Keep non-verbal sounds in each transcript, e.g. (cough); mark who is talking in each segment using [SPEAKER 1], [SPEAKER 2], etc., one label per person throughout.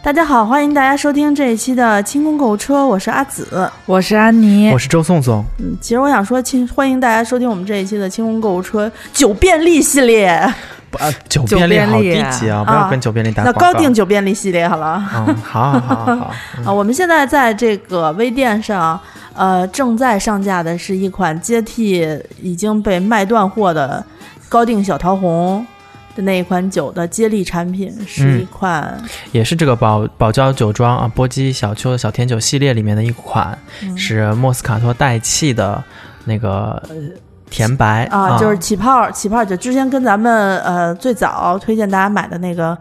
[SPEAKER 1] 大家好，欢迎大家收听这一期的清空购物车，我是阿紫。
[SPEAKER 2] 我是安妮
[SPEAKER 3] 我，是周颂颂，
[SPEAKER 1] 嗯，其实我想说，清欢迎大家收听我们这一期的清空购物车九便利系列，
[SPEAKER 3] 不啊，九
[SPEAKER 2] 九
[SPEAKER 3] 便利
[SPEAKER 2] 便
[SPEAKER 3] 好
[SPEAKER 2] 利
[SPEAKER 3] 低
[SPEAKER 2] 啊
[SPEAKER 3] 级啊，不
[SPEAKER 1] 啊
[SPEAKER 3] 要跟九便利打
[SPEAKER 1] 那
[SPEAKER 3] 广告。
[SPEAKER 1] 高定九便利系列好了。
[SPEAKER 3] 嗯，好好好
[SPEAKER 1] (laughs)
[SPEAKER 3] 好，
[SPEAKER 1] 啊，我们现在在这个微店上，呃，正在上架的是一款接替已经被卖断货的高定小桃红的那一款酒的接力产品，是一
[SPEAKER 3] 嗯
[SPEAKER 1] 款
[SPEAKER 3] 也是这个宝宝窖酒庄啊，波姬小丘的小甜酒系列里面的一款，
[SPEAKER 1] 嗯
[SPEAKER 3] 是莫斯卡托带气的那个呃甜白
[SPEAKER 1] 啊，就是起泡起泡酒，之前跟咱们呃最早推荐大家买的那个。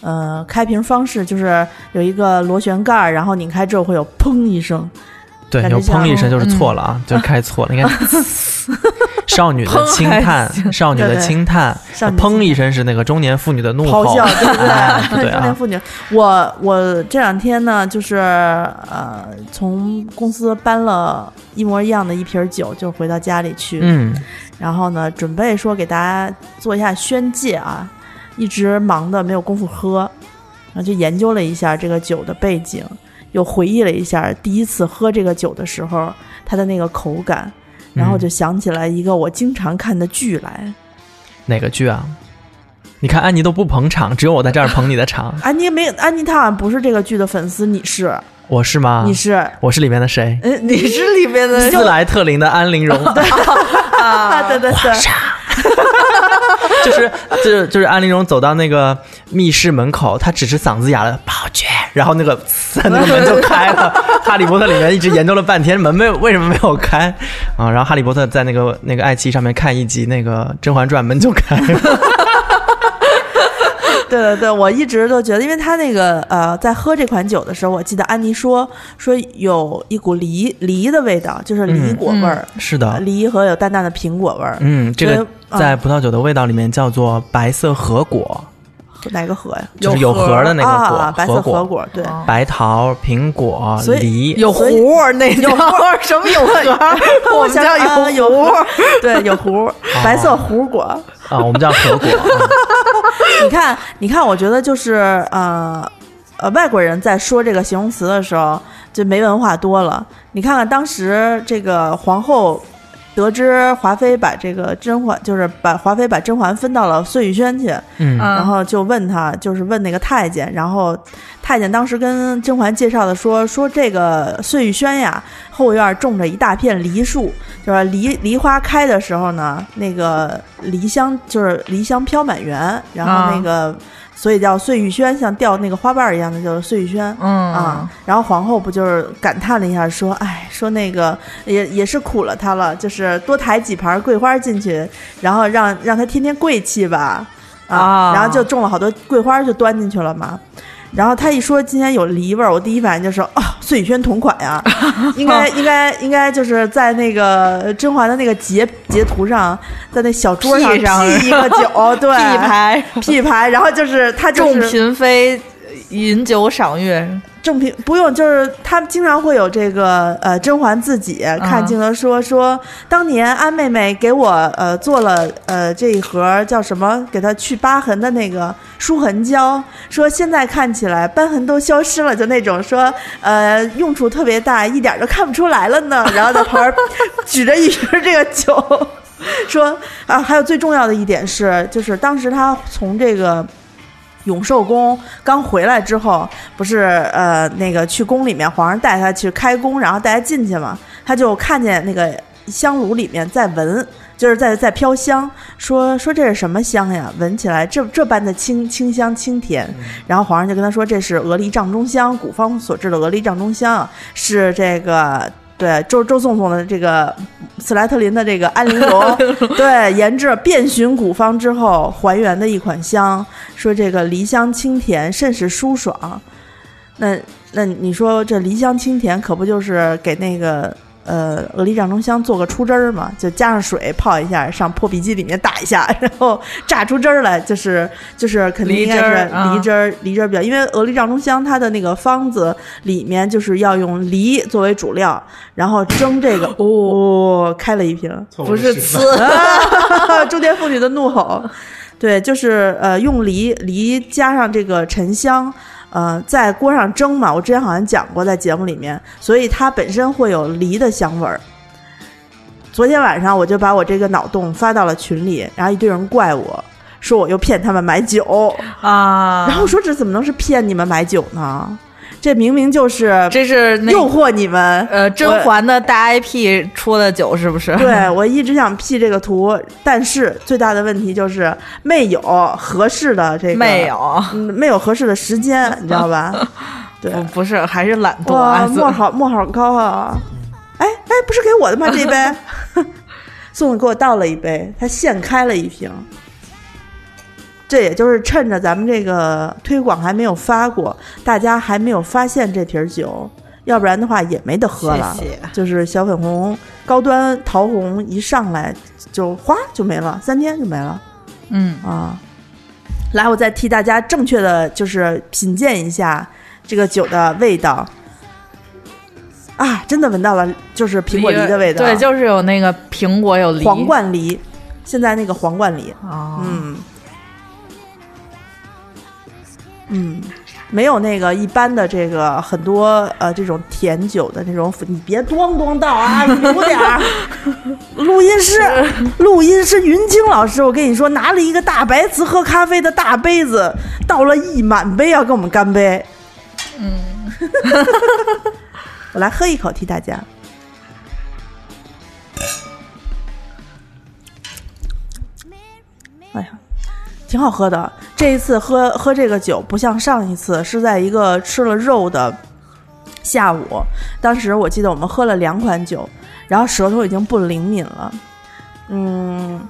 [SPEAKER 1] 呃，开瓶方式就是有一个螺旋盖儿，然后拧开之后会有砰一声，
[SPEAKER 3] 对，
[SPEAKER 1] 感觉
[SPEAKER 3] 有
[SPEAKER 1] 像嗯
[SPEAKER 3] 砰一声就是错了啊，就开错
[SPEAKER 1] (laughs)
[SPEAKER 3] 了，应该少女的
[SPEAKER 2] 砰
[SPEAKER 3] 轻
[SPEAKER 2] 还
[SPEAKER 3] 叹，少女
[SPEAKER 1] 对
[SPEAKER 3] 的
[SPEAKER 1] 对
[SPEAKER 3] 轻叹，
[SPEAKER 1] 上面
[SPEAKER 3] 砰一声是那个中年妇女的怒吼，
[SPEAKER 1] 咆哮，对不
[SPEAKER 3] 哎
[SPEAKER 1] 对？
[SPEAKER 3] 对啊
[SPEAKER 1] 中年妇女，我我这两天呢，就是呃，从公司搬了一模一样的一瓶酒，就回到家里去，
[SPEAKER 3] 嗯，
[SPEAKER 1] 然后呢，准备说给大家做一下宣介啊，一直忙的没有功夫喝，然后就研究了一下这个酒的背景，又回忆了一下第一次喝这个酒的时候它的那个口感，然后
[SPEAKER 3] 嗯
[SPEAKER 1] 就想起来一个我经常看的剧来。
[SPEAKER 3] 哪个剧啊？你看安妮都不捧场，只有我在这儿捧你
[SPEAKER 1] (laughs)
[SPEAKER 3] 的场，
[SPEAKER 1] 安妮没，安妮她好像不是这个剧的粉丝，你是？
[SPEAKER 3] 我是吗？
[SPEAKER 1] 你是？
[SPEAKER 3] 我是里面的谁？
[SPEAKER 1] 嗯，你是里边的
[SPEAKER 3] 斯莱特林的
[SPEAKER 1] (laughs)
[SPEAKER 3] 安陵容，
[SPEAKER 1] 啊，对对对，
[SPEAKER 3] 就是就是就是安陵容走到那个密室门口，她只是嗓子哑了，宝娟，然后那个那个门就开
[SPEAKER 1] (laughs)
[SPEAKER 3] 了。哈利波特里面一直研究了半天，门没有为什么没有开啊？然后哈利波特在那个那个爱奇艺上面看一集那个《甄嬛传》，门就
[SPEAKER 1] (laughs)
[SPEAKER 3] 开了。
[SPEAKER 1] 对对对，我一直都觉得，因为他那个呃，在喝这款酒的时候，我记得安妮说说有一股梨梨的味道，就是梨果味儿，
[SPEAKER 3] 是
[SPEAKER 2] 嗯
[SPEAKER 3] 的，
[SPEAKER 1] 梨和有淡淡的苹果味儿，
[SPEAKER 3] 嗯，这
[SPEAKER 1] 所
[SPEAKER 3] 个
[SPEAKER 1] 以嗯
[SPEAKER 3] 在葡萄酒的味道里面叫做白色核果，
[SPEAKER 1] 哪个核呀？
[SPEAKER 3] 就是有核的那个果，
[SPEAKER 1] 啊，白色
[SPEAKER 3] 核
[SPEAKER 1] 核
[SPEAKER 3] 果。
[SPEAKER 1] 果，对，
[SPEAKER 2] 哦
[SPEAKER 3] 白桃、苹果
[SPEAKER 1] 所以、
[SPEAKER 3] 梨，
[SPEAKER 2] (laughs) 有
[SPEAKER 1] 所以
[SPEAKER 2] 核儿
[SPEAKER 1] (laughs)
[SPEAKER 2] 那
[SPEAKER 1] 有
[SPEAKER 2] 叫
[SPEAKER 1] 核
[SPEAKER 2] 什么有核
[SPEAKER 1] (laughs)
[SPEAKER 2] 儿？我们
[SPEAKER 1] 想
[SPEAKER 2] 叫
[SPEAKER 1] 啊有
[SPEAKER 2] 核
[SPEAKER 1] 核
[SPEAKER 2] 儿，
[SPEAKER 1] 对，有
[SPEAKER 3] (laughs)
[SPEAKER 1] 核，
[SPEAKER 3] 哦
[SPEAKER 1] 白色核果。
[SPEAKER 3] 啊，我们叫核果。啊
[SPEAKER 1] (laughs) 你看，你看，我觉得就是呃呃，外国人在说这个形容词的时候，就没文化多了。你看看当时这个皇后得知华妃把这个甄嬛，就是把华妃把甄嬛分到了碎玉轩去，
[SPEAKER 3] 嗯，
[SPEAKER 1] 然
[SPEAKER 2] 然
[SPEAKER 1] 后就问他，就是问那个太监，然后太监当时跟甄嬛介绍的说，说这个碎玉轩呀，后院种着一大片梨树，就是梨梨花开的时候呢，那个梨香就是梨香飘满园，然后
[SPEAKER 2] 啊
[SPEAKER 1] 那个、所以叫碎玉轩，像掉那个花瓣儿一样的就是碎玉轩。啊
[SPEAKER 2] 嗯，，
[SPEAKER 1] 然后皇后不就是感叹了一下，说：“哎，说那个也也是苦了她了，就是多抬几盘桂花进去，然后让让她添添贵气吧。啊”
[SPEAKER 2] 啊
[SPEAKER 1] 然后就种了好多桂花，就端进去了嘛。然后她一说今天有梨味儿，我第一反应就说：“啊，碎雨轩同款
[SPEAKER 2] (laughs)
[SPEAKER 1] 呀、应该应该应该就是在那个甄嬛的那个截截图上，在那小桌上
[SPEAKER 2] 屁上
[SPEAKER 1] 一个酒，
[SPEAKER 2] (laughs)
[SPEAKER 1] 对，
[SPEAKER 2] 一排
[SPEAKER 1] 屁牌，然后就是她就
[SPEAKER 2] 众
[SPEAKER 1] 是
[SPEAKER 2] 嫔妃饮酒赏月，
[SPEAKER 1] 正品不用，就是他们经常会有这个呃，甄嬛自己看镜头说、说，当年安妹妹给我呃做了呃这一盒叫什么，给她去疤痕的那个舒痕胶，说现在看起来斑痕都消失了，就那种说呃用处特别大，一点儿都看不出来了呢。然后在旁边举着一瓶这个酒，说啊，还有最重要的一点是，就是当时她从这个。永寿宫刚回来之后，不是呃那个去宫里面，皇上带他去开宫，然后带他进去嘛，他就看见那个香炉里面在闻，就是在在飘香，说说这是什么香呀？闻起来这这般的清清香清甜。然后皇上就跟他说，这是鹅梨帐中香，古方所制的鹅梨帐中香啊，是这个。对周周颂颂的这个斯莱特林的这个安陵容， (laughs) 对研制遍寻古方之后还原的一款香，说这个梨香清甜，甚是舒爽。啊那那你说这梨香清甜，可不就是给那个呃鹅梨帐中香做个出汁儿嘛？就加上水泡一下，上破壁机里面打一下，然后榨出汁儿来，就是就是肯定应该
[SPEAKER 2] 梨
[SPEAKER 1] (laughs) 是啊
[SPEAKER 2] 汁儿
[SPEAKER 1] 梨汁儿梨汁儿比较，因为鹅梨帐中香它的那个方子里面就是要用梨作为主料，然后蒸这个哦，开了一瓶。
[SPEAKER 2] 不是呲，
[SPEAKER 1] (laughs) 中年妇女的怒吼。对，就是呃，用梨梨加上这个沉香，呃在锅上蒸嘛，我之前好像讲过在节目里面，所以它本身会有梨的香味儿。昨天晚上我就把我这个脑洞发到了群里，然后一堆人怪我说我又骗他们买酒，(laughs)
[SPEAKER 2] 啊，
[SPEAKER 1] 然后说这怎么能是骗你们买酒呢？这明明就是
[SPEAKER 2] 这是那
[SPEAKER 1] 诱惑你们。
[SPEAKER 2] 呃甄嬛的大 IP 出的酒是不是？
[SPEAKER 1] 对我一直想 P 这个图，但是最大的问题就是没有合适的这个
[SPEAKER 2] 没有，
[SPEAKER 1] 嗯，没有合适的时间，你知道
[SPEAKER 2] (laughs)
[SPEAKER 1] 吧？对，
[SPEAKER 2] 不不是，还是懒惰
[SPEAKER 1] 哇，
[SPEAKER 2] 啊。
[SPEAKER 1] 墨好墨好高
[SPEAKER 2] (laughs)
[SPEAKER 1] 啊！哎哎，不是给我的吗？这杯， (laughs) 宋总给我倒了一杯，他现开了一瓶。这也就是趁着咱们这个推广还没有发过，大家还没有发现这瓶酒，要不然的话也没得喝了。
[SPEAKER 2] 谢谢
[SPEAKER 1] 就是小粉红、高端桃红一上来就哗就没了，三天就没了。
[SPEAKER 2] 嗯，
[SPEAKER 1] 啊。来，我再替大家正确的就是品鉴一下这个酒的味道啊，真的闻到了，就是苹果梨的味道，
[SPEAKER 2] 对，就是有那个苹果有梨，
[SPEAKER 1] 皇冠梨，现在那个皇冠梨，
[SPEAKER 2] 啊，
[SPEAKER 1] 嗯嗯，没有那个一般的这个很多呃这种甜酒的那种，你别咣咣倒啊，留点儿。录音师，录音师云清老师，我跟你说，拿了一个大白瓷喝咖啡的大杯子，倒了一满杯，啊要跟我们干杯。嗯， (laughs) 我来喝一口替大家。哎呀，挺好喝的。这一次喝喝这个酒，不像上一次是在一个吃了肉的下午。当时我记得我们喝了两款酒，然后舌头已经不灵敏了。嗯，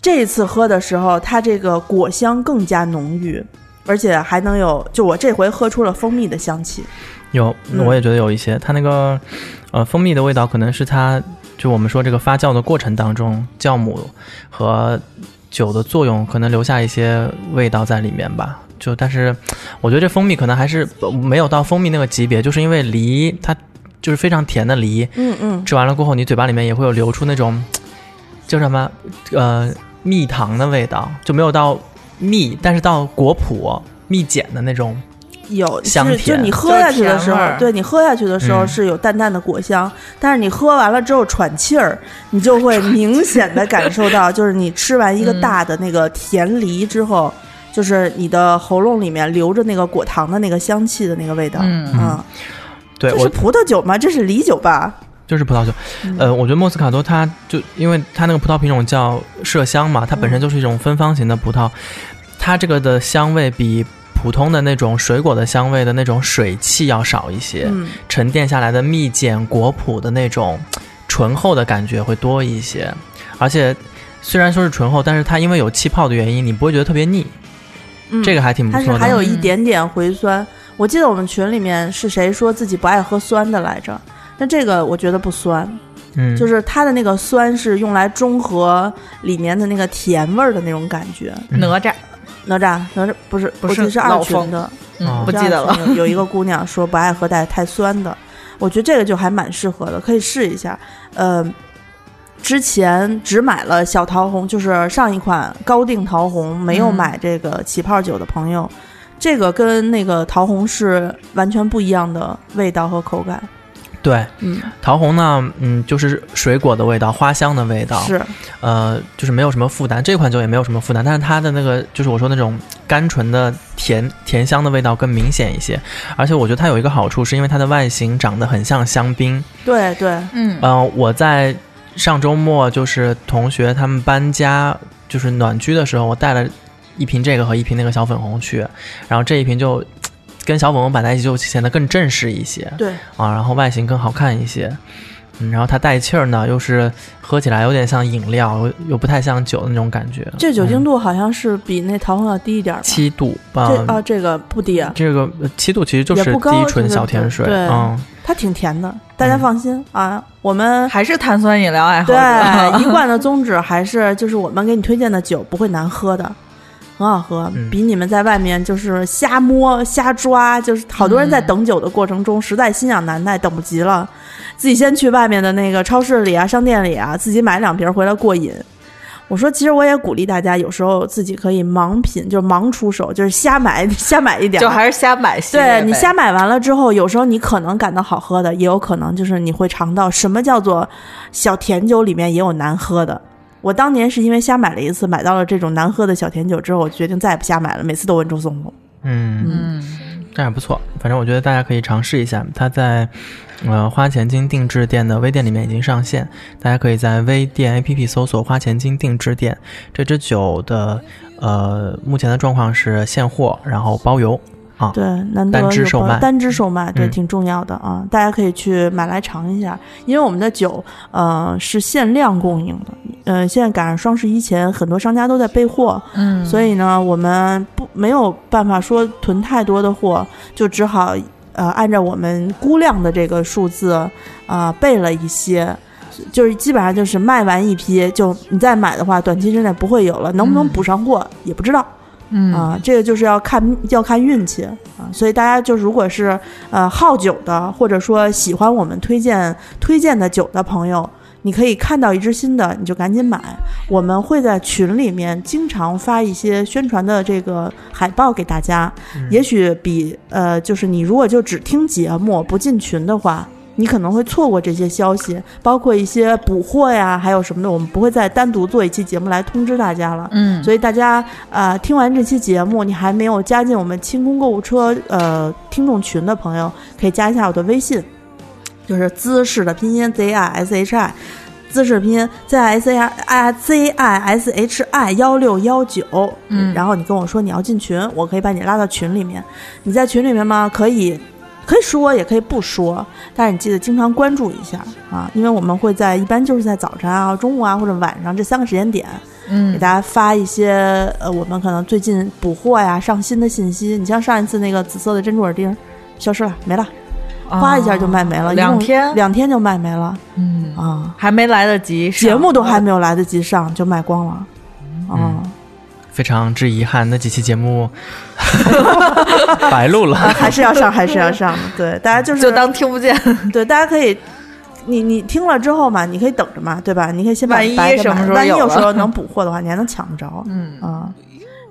[SPEAKER 1] 这一次喝的时候，它这个果香更加浓郁，而且还能有，就我这回喝出了蜂蜜的香气。
[SPEAKER 3] 有，
[SPEAKER 1] 嗯
[SPEAKER 3] 我也觉得有一些，它那个呃蜂蜜的味道，可能是它就我们说这个发酵的过程当中，酵母和酒的作用，可能留下一些味道在里面吧。就但是，我觉得这蜂蜜可能还是呃没有到蜂蜜那个级别，就是因为梨它就是非常甜的梨，
[SPEAKER 1] 嗯嗯，
[SPEAKER 3] 吃完了过后，你嘴巴里面也会有流出那种叫什么呃蜜糖的味道，就没有到蜜，但是到果脯蜜饯的那种
[SPEAKER 1] 有
[SPEAKER 3] 香
[SPEAKER 1] 就是就
[SPEAKER 3] 甜
[SPEAKER 1] 你喝下去的时候
[SPEAKER 2] 就是甜味，儿
[SPEAKER 1] 对你喝下去的时候
[SPEAKER 3] 嗯
[SPEAKER 1] 是有淡淡的果香，但是你喝完了之后喘气儿，你就会明显的感受到，就是你吃完
[SPEAKER 3] 嗯
[SPEAKER 1] 一个大的那个甜梨之后，就是你的喉咙里面留着那个果糖的那个香气的那个味道。
[SPEAKER 2] 嗯
[SPEAKER 1] 啊，
[SPEAKER 3] 对
[SPEAKER 1] 这
[SPEAKER 3] 我
[SPEAKER 1] 是葡萄酒吗？这是梨酒吧？
[SPEAKER 3] 就是葡萄酒，呃，我觉得莫斯卡托它就因为它那个葡萄品种叫麝香嘛，它本身就是一种芬芳型的葡萄，它这个的香味比普通的那种水果的香味的那种水汽要少一些，
[SPEAKER 1] 嗯，
[SPEAKER 3] 沉淀下来的蜜饯果脯的那种醇厚的感觉会多一些，而且虽然说是醇厚，但是它因为有气泡的原因，你不会觉得特别腻，
[SPEAKER 1] 嗯
[SPEAKER 3] 这个还挺不
[SPEAKER 1] 它是
[SPEAKER 3] 错
[SPEAKER 1] 还
[SPEAKER 3] 的。嗯
[SPEAKER 1] 有一点点回酸。我记得我们群里面是谁说自己不爱喝酸的来着？但这个我觉得不酸，
[SPEAKER 3] 嗯，
[SPEAKER 1] 就是它的那个酸是用来中和里面的那个甜味儿的那种感觉。
[SPEAKER 2] 嗯哪吒，
[SPEAKER 1] 哪吒，哪吒不是，我
[SPEAKER 2] 不是
[SPEAKER 1] 记得是二
[SPEAKER 2] 老
[SPEAKER 1] 群
[SPEAKER 2] 冯
[SPEAKER 1] 的，
[SPEAKER 3] 哦
[SPEAKER 2] 嗯，不
[SPEAKER 1] 是
[SPEAKER 2] 记得
[SPEAKER 1] 二
[SPEAKER 2] 了。
[SPEAKER 1] 群有。有一个姑娘说不爱喝带太酸的，我觉得这个就还蛮适合的，可以试一下。呃，之前只买了小桃红，就是上一款高定桃红，没有
[SPEAKER 2] 嗯
[SPEAKER 1] 买这个起泡酒的朋友，这个跟那个桃红是完全不一样的味道和口感。
[SPEAKER 3] 对
[SPEAKER 1] 嗯，
[SPEAKER 3] 桃红呢，嗯，就是水果的味道，花香的味道，
[SPEAKER 1] 是，
[SPEAKER 3] 呃，就是没有什么负担，这款酒也没有什么负担，但是它的那个就是我说那种甘醇的甜甜香的味道更明显一些，而且我觉得它有一个好处，是因为它的外形长得很像香槟。
[SPEAKER 1] 对对，
[SPEAKER 2] 嗯
[SPEAKER 3] 嗯、我在上周末就是同学他们搬家，就是暖居的时候，我带了一瓶这个和一瓶那个小粉红去，然后这一瓶就嘖跟小粉红摆在一起就显得更正式一些，
[SPEAKER 1] 对
[SPEAKER 3] 啊，然后外形更好看一些。嗯，然后它带气儿呢，又是喝起来有点像饮料，又又不太像酒的那种感觉。
[SPEAKER 1] 这酒精
[SPEAKER 3] 嗯
[SPEAKER 1] 度好像是比那桃红要低一点吧？
[SPEAKER 3] 七度吧，
[SPEAKER 1] 这啊，这个不低啊，
[SPEAKER 3] 这个呃七度其实就
[SPEAKER 1] 也
[SPEAKER 3] 是
[SPEAKER 1] 不高
[SPEAKER 3] 低
[SPEAKER 1] 就
[SPEAKER 3] 醇
[SPEAKER 1] 是
[SPEAKER 3] 小甜
[SPEAKER 1] 对
[SPEAKER 3] 水，
[SPEAKER 1] 对
[SPEAKER 3] 嗯，
[SPEAKER 1] 它挺甜的，大家
[SPEAKER 3] 嗯
[SPEAKER 1] 放心啊，我们
[SPEAKER 2] 还是碳酸饮料爱好
[SPEAKER 1] 对
[SPEAKER 2] (laughs) 者。
[SPEAKER 1] 一贯的宗旨还是就是我们给你推荐的酒不会难喝的，很好喝，
[SPEAKER 3] 嗯
[SPEAKER 1] 比你们在外面就是瞎摸瞎抓，就是好多人在等酒的过程中实在心痒难耐，等不及了，自己先去外面的那个超市里啊、商店里啊，自己买两瓶回来过瘾。我说其实我也鼓励大家，有时候自己可以盲品，就是盲出手，就是瞎买， (laughs) 瞎买一点儿。
[SPEAKER 2] 就还是瞎买系列呗。
[SPEAKER 1] 对你瞎买完了之后，有时候你可能感到好喝的，也有可能就是你会尝到什么叫做小甜酒里面也有难喝的。我当年是因为瞎买了一次，买到了这种难喝的小甜酒之后，我决定再也不瞎买了，每次都闻周松红。
[SPEAKER 3] 嗯，
[SPEAKER 2] 嗯，
[SPEAKER 3] 这还不错。反正我觉得大家可以尝试一下，它在呃花钱精定制店的微店里面已经上线，大家可以在微店 APP 搜索“花钱精定制店”。这支酒的呃目前的状况是现货，然后包邮啊。
[SPEAKER 1] 对，难得
[SPEAKER 3] 单支
[SPEAKER 1] 有
[SPEAKER 3] 售
[SPEAKER 1] 朋友
[SPEAKER 3] 卖
[SPEAKER 1] 单支售卖，对，
[SPEAKER 3] 嗯
[SPEAKER 1] 挺重要的啊，大家可以去买来尝一下，因为我们的酒呃是限量供应的，呃，现在赶上双十一前，很多商家都在备货，
[SPEAKER 2] 嗯，
[SPEAKER 1] 所以呢，我们不没有办法说囤太多的货，就只好呃按照我们估量的这个数字啊、呃备了一些，就是基本上就是卖完一批，就你再买的话，短期之内不会有了，能不能
[SPEAKER 2] 嗯
[SPEAKER 1] 补上货、也不知道。
[SPEAKER 2] 嗯
[SPEAKER 1] 啊，这个就是要看要看运气啊，所以大家就如果是呃好酒的，或者说喜欢我们推荐推荐的酒的朋友，你可以看到一支新的，你就赶紧买。我们会在群里面经常发一些宣传的这个海报给大家，也许比呃就是你如果就只听节目不进群的话。你可能会错过这些消息，包括一些补货呀，还有什么的，我们不会再单独做一期节目来通知大家了。
[SPEAKER 2] 嗯，
[SPEAKER 1] 所以大家呃听完这期节目，你还没有加进我们清空购物车呃听众群的朋友，可以加一下我的微信，就是姿势的拼音 z i s h i。姿势拼音 z i s r i z i s h i 幺六幺九，
[SPEAKER 2] 嗯
[SPEAKER 1] 然后你跟我说你要进群，我可以把你拉到群里面。你在群里面吗？可以，可以说也可以不说，但是你记得经常关注一下啊，因为我们会在一般就是在早晨啊、中午啊或者晚上这三个时间点，给
[SPEAKER 2] 嗯
[SPEAKER 1] 大家发一些呃，我们可能最近补货呀、上新的信息。你像上一次那个紫色的珍珠耳钉，消失了，没了，哗一下就卖没了，
[SPEAKER 2] 啊
[SPEAKER 1] 一共
[SPEAKER 2] 两天，
[SPEAKER 1] 两天就卖没了
[SPEAKER 2] 嗯，
[SPEAKER 1] 啊！
[SPEAKER 2] 还没来得及上，嗯
[SPEAKER 1] 节目都还没有来得及上，就卖光了啊！
[SPEAKER 3] 非常之遗憾，那几期节目 (laughs) 白录了。
[SPEAKER 1] 啊还是要上，还是要上的。对，大家就是
[SPEAKER 2] 就当听
[SPEAKER 1] (laughs)
[SPEAKER 2] 不见，
[SPEAKER 1] 对，大家可以。你你听了之后嘛，你可以等着嘛，对吧？你可以先把
[SPEAKER 2] 万一
[SPEAKER 1] 白的买
[SPEAKER 2] 什么时候
[SPEAKER 1] 万一
[SPEAKER 2] 有
[SPEAKER 1] 有时候
[SPEAKER 2] 了
[SPEAKER 1] 能补货的话，你还能抢着。
[SPEAKER 2] 嗯
[SPEAKER 1] 啊，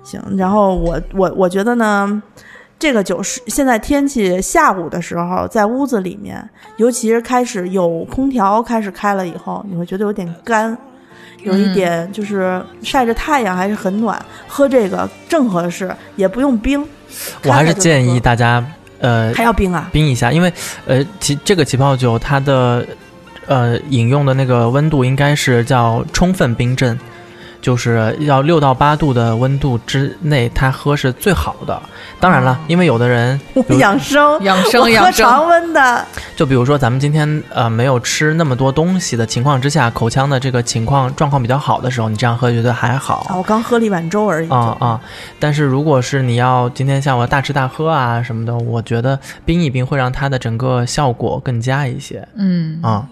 [SPEAKER 1] 行，然后我我我觉得呢，这个酒是现在天气下午的时候，在屋子里面，尤其是开始有空调开始开了以后，你会觉得有点干，有一
[SPEAKER 2] 嗯
[SPEAKER 1] 点就是晒着太阳还是很暖，喝这个正合适，也不用冰，
[SPEAKER 3] 我还
[SPEAKER 1] 看
[SPEAKER 3] 是
[SPEAKER 1] 看就
[SPEAKER 3] 建议
[SPEAKER 1] 喝
[SPEAKER 3] 大家，呃，
[SPEAKER 1] 还要冰啊？ (laughs)
[SPEAKER 3] 冰一下，因为呃，其这个起泡酒它的呃饮用的那个温度应该是叫充分冰镇，就是要六到八度的温度之内，它喝是最好的。当然了，因为有的人，有
[SPEAKER 1] 养生，
[SPEAKER 2] 养
[SPEAKER 1] 我
[SPEAKER 2] 生
[SPEAKER 1] 喝
[SPEAKER 2] 养生，
[SPEAKER 1] 常温的，啊
[SPEAKER 3] 就比如说咱们今天呃没有吃那么多东西的情况之下，口腔的这个情况状况比较好的时候，你这样喝觉得还好
[SPEAKER 1] 啊，。我刚喝了一碗粥而已。
[SPEAKER 3] 啊啊！但是如果是你要今天像我大吃大喝啊什么的，我觉得冰一冰会让它的整个效果更佳一些
[SPEAKER 2] 嗯
[SPEAKER 3] 啊。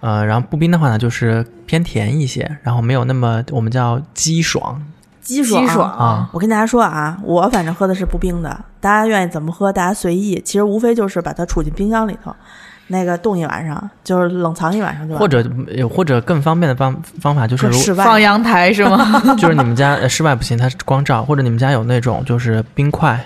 [SPEAKER 3] 呃，然后不冰的话呢，就是偏甜一些，然后没有那么我们叫激爽
[SPEAKER 1] 鸡
[SPEAKER 2] 爽
[SPEAKER 1] 爽，
[SPEAKER 3] 啊。
[SPEAKER 1] 我跟大家说啊，我反正喝的是不冰的，大家愿意怎么喝大家随意。其实无非就是把它储进冰箱里头，那个冻一晚上，就是冷藏一晚上就
[SPEAKER 2] 哦
[SPEAKER 1] 完。
[SPEAKER 3] 或者呃或者更方便的方方法就是
[SPEAKER 1] 搁
[SPEAKER 3] 如，
[SPEAKER 1] 室外
[SPEAKER 2] 放阳台是
[SPEAKER 3] (laughs)
[SPEAKER 2] 吗？
[SPEAKER 3] 就是你们家呃室外不行，它是光照，或者你们家有那种就是冰块，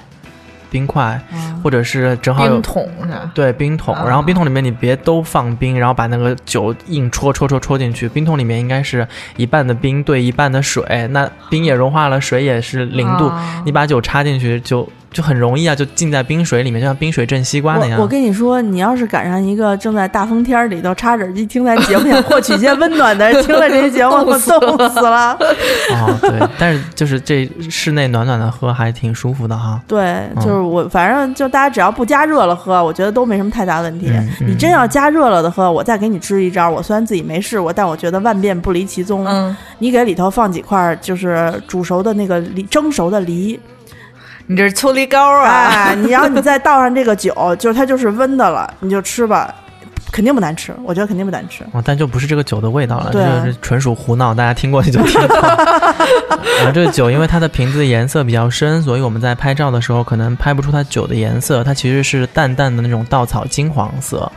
[SPEAKER 3] 冰块，
[SPEAKER 1] 啊
[SPEAKER 3] 或者是正好有
[SPEAKER 2] 冰桶啥？
[SPEAKER 3] 对冰桶，
[SPEAKER 2] 啊
[SPEAKER 3] 然后冰桶里面你别都放冰，然后把那个酒硬戳戳戳戳进去。冰桶里面应该是一半的冰对一半的水，那冰也融化了，水也是零度，
[SPEAKER 2] 啊
[SPEAKER 3] 你把酒插进去就就很容易啊，就浸在冰水里面，就像冰水镇西瓜那
[SPEAKER 1] 我我
[SPEAKER 3] 样。
[SPEAKER 1] 跟你说，你要是赶上一个正在大风天里头插着耳机听咱节目，想获取一些温暖的，听了这些节目，我冻死
[SPEAKER 3] (laughs)
[SPEAKER 1] 了。
[SPEAKER 3] 哦，对，但是就是这室内暖暖的喝还挺舒服的哈。
[SPEAKER 1] 对，就是我，
[SPEAKER 3] 嗯
[SPEAKER 1] 反正就大家只要不加热了喝，我觉得都没什么太大问题。
[SPEAKER 3] 嗯嗯
[SPEAKER 1] 你真要加热了的喝，我再给你支一招。我虽然自己没试过，但我觉得万变不离其宗。
[SPEAKER 2] 嗯，
[SPEAKER 1] 你给里头放几块就是煮熟的那个梨，蒸熟的梨，哎
[SPEAKER 2] 你这是秋梨膏啊？
[SPEAKER 1] 哎，你然后你再倒上这个酒，就是它就是温的了，你就吃吧。肯定不难吃，我觉得肯定不难
[SPEAKER 2] (laughs)
[SPEAKER 1] 吃。
[SPEAKER 3] 哦，但就不是这个酒的味道了，
[SPEAKER 1] 对啊
[SPEAKER 3] 就是纯属胡闹，大家听过去就听过。 (laughs) 然后这个酒，因为它的瓶子颜色比较深，所以我们在拍照的时候可能拍不出它酒的颜色，它其实是淡淡的那种稻草金黄色。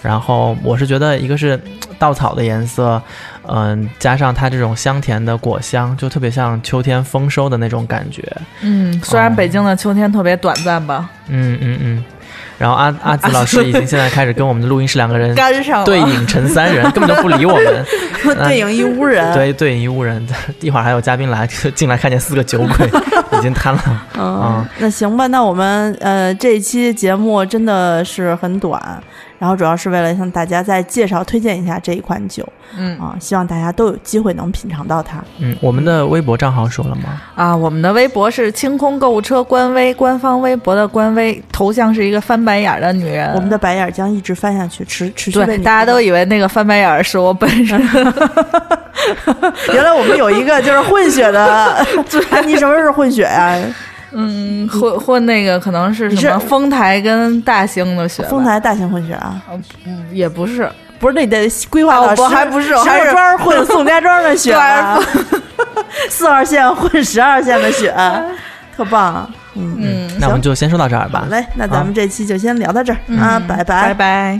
[SPEAKER 3] 然后我是觉得，一个是稻草的颜色，嗯、加上它这种香甜的果香，就特别像秋天丰收的那种感觉。
[SPEAKER 2] 嗯，虽然北京的秋天特别短暂吧，
[SPEAKER 3] 嗯嗯嗯。然后阿阿紫老师已经现在开始跟我们的录音室两个人
[SPEAKER 2] 干上了。
[SPEAKER 3] 嗯对影成三人，根本就不理我们。
[SPEAKER 1] 对影一屋人，
[SPEAKER 3] (laughs) 对对，一屋人，一会儿还有嘉宾来， (laughs) 就进来看见四个酒鬼， (laughs) 已经瘫了。
[SPEAKER 1] 嗯，那行吧，那我们呃这一期节目真的是很短，然后主要是为了向大家再介绍推荐一下这一款酒
[SPEAKER 2] 嗯
[SPEAKER 1] 啊、希望大家都有机会能品尝到它。
[SPEAKER 3] 嗯，我们的微博账号说了吗？
[SPEAKER 2] 啊，我们的微博是清空购物车官微，官方微博的官微头像是一个翻白眼儿的女人。
[SPEAKER 1] 我们的白眼儿将一直翻下去，持持续被
[SPEAKER 2] 嗯对，
[SPEAKER 1] 你
[SPEAKER 2] 大家都以为那个翻白眼儿是我本
[SPEAKER 1] (laughs)
[SPEAKER 2] 人。
[SPEAKER 1] 原来我们有一个就是混血
[SPEAKER 2] (laughs)
[SPEAKER 1] 的， (laughs) 哎你什么时候是混血呀、
[SPEAKER 2] 嗯，混混那个可能是
[SPEAKER 1] 你
[SPEAKER 2] 什么
[SPEAKER 1] 是
[SPEAKER 2] 丰台跟大兴的学吧，
[SPEAKER 1] 丰台大啊型混血啊？哦
[SPEAKER 2] 嗯也不是，
[SPEAKER 1] 不是，那你得规划
[SPEAKER 2] 啊
[SPEAKER 1] 到
[SPEAKER 2] 我
[SPEAKER 1] 石、
[SPEAKER 2] 还不是我
[SPEAKER 1] 石
[SPEAKER 2] 还
[SPEAKER 1] 家
[SPEAKER 2] 是
[SPEAKER 1] 庄混宋家庄的 (laughs) 血、啊， (laughs) 四号线混十二线的 (laughs) 血，特棒。嗯，
[SPEAKER 2] 嗯，
[SPEAKER 3] 那我们就先说到这儿吧。
[SPEAKER 1] 好嘞，那咱们这期就先聊到这儿、啊，拜
[SPEAKER 2] 拜拜。